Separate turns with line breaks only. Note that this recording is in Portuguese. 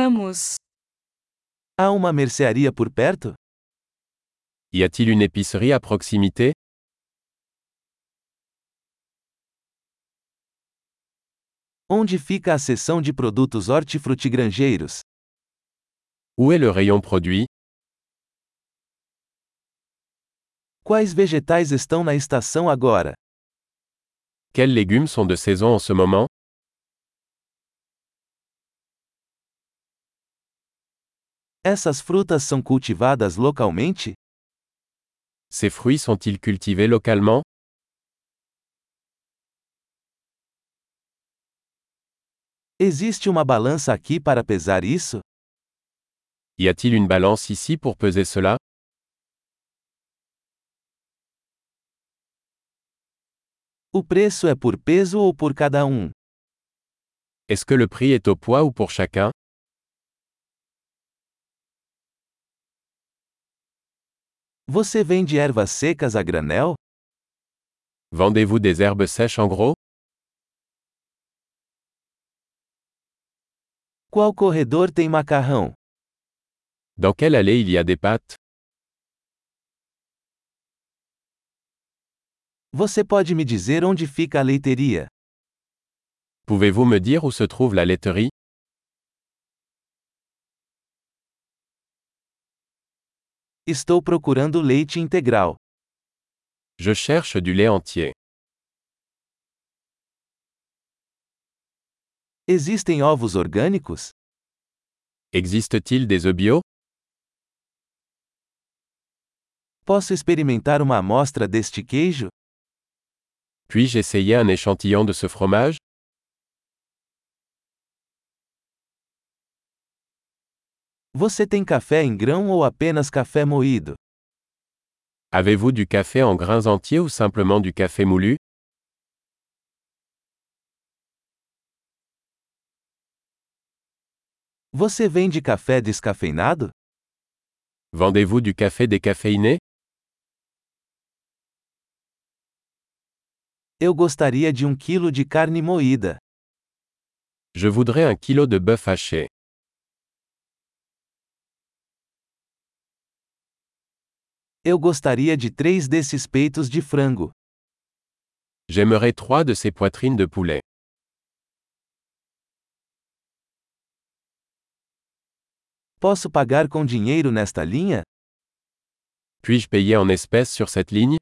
Vamos.
Há uma mercearia por perto?
Y a-t-il une épicerie à proximité
Onde fica a seção de produtos hortifrutigranjeiros?
Où est le rayon produit
Quais vegetais estão na estação agora?
Quels légumes sont de saison en ce moment
Essas frutas são cultivadas localmente?
Ces fruits sont-ils cultivés localement
Existe uma balança aqui para pesar isso?
Y a-t-il une balance ici pour peser cela
O preço é por peso ou por cada um?
Est-ce que le prix est au poids ou pour chacun
Você vende ervas secas a granel?
Vendez-vous des herbes sèches en gros
Qual corredor tem macarrão?
Dans quelle allée il y a des pâtes
Você pode me dizer onde fica a leiteria?
Pouvez-vous me dire où se trouve la laiterie
Estou procurando leite integral.
Je cherche du lait entier.
Existem ovos orgânicos?
Existe-t-il des œufs bio
Posso experimentar uma amostra deste queijo?
Puis-je essayer un échantillon de ce fromage
Você tem café em grão ou apenas café moído?
Avez-vous du café en grains entiers ou simplement du café moulu
Você vende café descafeinado?
Vendez-vous du café décaféiné
Eu gostaria de um quilo de carne moída.
Je voudrais un kilo de bœuf haché.
Eu gostaria de três desses peitos de frango.
J'aimerais trois de ces poitrines de poulet.
Posso pagar com dinheiro nesta linha?
Puis-je payer en espèces sur cette ligne